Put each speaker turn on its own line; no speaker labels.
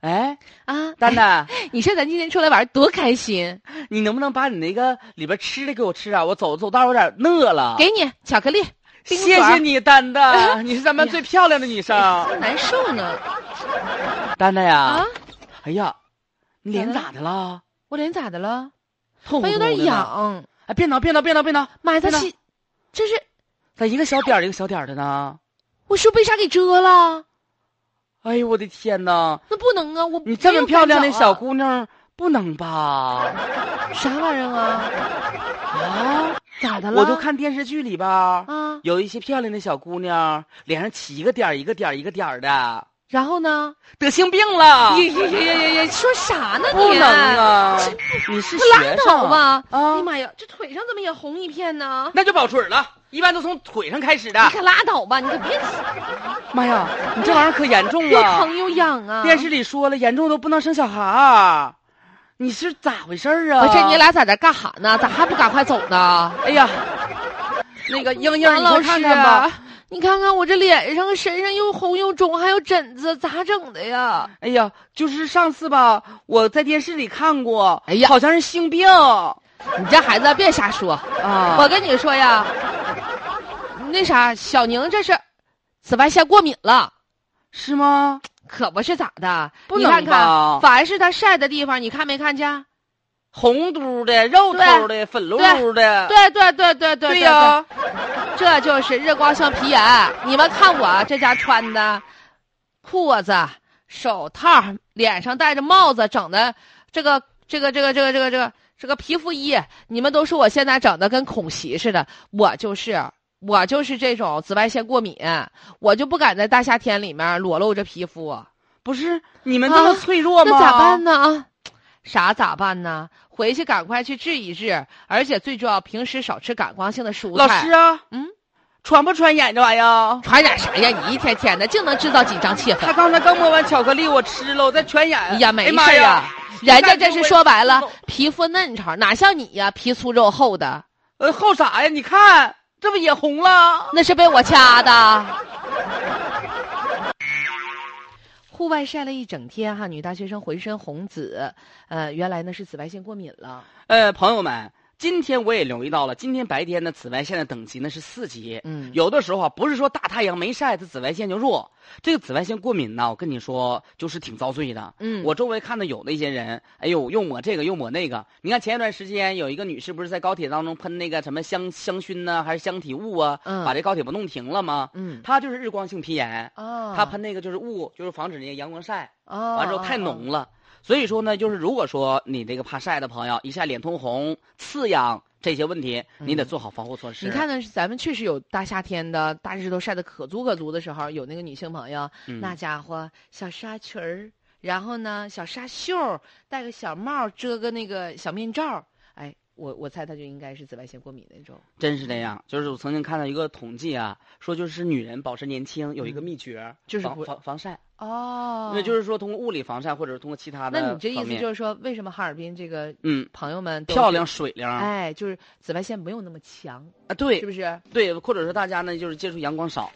哎丹丹，
啊 你说咱今天出来玩多开心！
你能不能把你那个里边吃的给我吃啊？我走走道有点饿了。
给你巧克力，冰
谢
棍儿哎
谢你，丹 丹，你是咱们最漂亮的女生。
难受呢
丹丹呀
啊，！
哎呀，你脸
咋了
咋的了？
我脸咋的了？
痛
它
不
有
痛
点
的呢。
痒。
哎，别挠，别挠，别挠，别挠！
妈呀，它
真的
是，这是
咋一个小点儿一个小点儿的呢？
我是不是被啥给蛰了？
哎呦，我的天哪！
那不能啊！我
你这
没
么
有
漂亮的
感觉啊
小姑娘，不能吧？
啥玩意儿啊？
啊！
咋的了？
我就看电视剧里边儿，
啊，
有一些漂亮的小姑娘，脸上起一个点儿一个点儿一个点儿的，
然后呢？哎
得性病了，
呀呀呀呀呀！说啥呢
啊不
你？
能啊！ 你是
不拉
学
倒
生？
吧！
啊
哎呀妈呀，这腿上怎么也红一片呢？
那就保准了，一般都从腿上开始的
你。可拉倒吧！你可别
哎妈呀，你这玩意儿可严重
又
了！
疼又痒啊！
电视里说了，严重都不能生小孩儿，你是咋回事儿啊？
不是你俩在这干啥呢？咋还不赶快走呢？
哎呀，那个英英，
王
你
老
快
师，啊
看看吧。
你看看我这脸上、身上又红又肿，还有疹子，咋整的呀？
哎呀，就是上次吧，我在电视里看过，
哎呀
好像是性病啊。
你这孩子别瞎说，我跟你说呀，那啥，小宁这是紫外线过敏了。
是吗？
可不是咋的，
不
你
能
看
吧
看，凡是他晒的地方，你看没看见？
红嘟的、肉嘟的、粉噜噜的，
对对对对对
呃对呀，
这就是日光性皮炎。你们看我这家穿的裤子、手套，脸上戴着帽子，整的这个这个这个这个这个这个这个皮肤衣，你们都说我现在整的跟孔媳似的，我就是。我就是这种紫外线过敏，我就不敢在大夏天里面裸露着皮肤，
不是你们这么
啊
脆弱吗？
那咋办呢？啥咋办呢？回去赶快去治一治，而且最重要，平时少吃感光性的蔬菜。
老师啊，
嗯，
传不传染这玩意儿？
传染啥呀？你一天天的净能制造紧张气氛
他。刚才刚摸完巧克力，我吃了，我再传染。
哎呀，没
妈
事
呀
啊，人家这是说白
那
了
就会，
皮肤嫩潮，哪像你呀，皮粗肉厚的，
呃，后啥呀？你看，这不也红了？
那是被我掐的。户外晒了一整天哈，女大学生浑身红紫，呃，原来呢是紫外线过敏了。
呃，朋友们，今天我也留意到了，今天白天的紫外线的等级呢是四级。
嗯，
有的时候啊，不是说大太阳没晒，它紫外线就弱。这个紫外线过敏呢，我跟你说，就是挺遭罪的。
嗯，
我周围看到有的一些人，哎呦，又抹这个又抹那个。你看前一段时间有一个女士不是在高铁当中喷那个什么香香薰呢、还是香体雾啊，
嗯
把这高铁不弄停了吗？
嗯
她就是日光性皮炎，
啊，
她喷那个就是雾，就是防止那个阳光晒，
啊，
完之后太
啊
浓了。所以说呢，就是如果说你这个怕晒的朋友，一下脸通红、刺痒这些问题，你得
嗯
做好防护措施。
你看呢？是咱们确实有大夏天的，大日都晒得可足可足的时候，有那个女性朋友，
嗯，
那家伙小纱裙儿，然后呢小纱袖儿，戴个小帽儿，遮个那个小面罩儿。哎，我我猜她就应该是紫外线过敏那种。
真是这样。就是我曾经看到一个统计啊，说就是女人保持年轻有一个秘诀儿，
嗯就是
防
不
防防晒。
哦。
那就是是说通过物理防晒，或者是通过其他的
那
方面。
你这意思就是说，为什么哈尔滨这个
嗯，
朋友们都
漂
是
亮？水灵儿
哎，就是紫外线没有那么强，
啊，
哎是
对
不是？
对，或者说大家呢就是接触阳光少。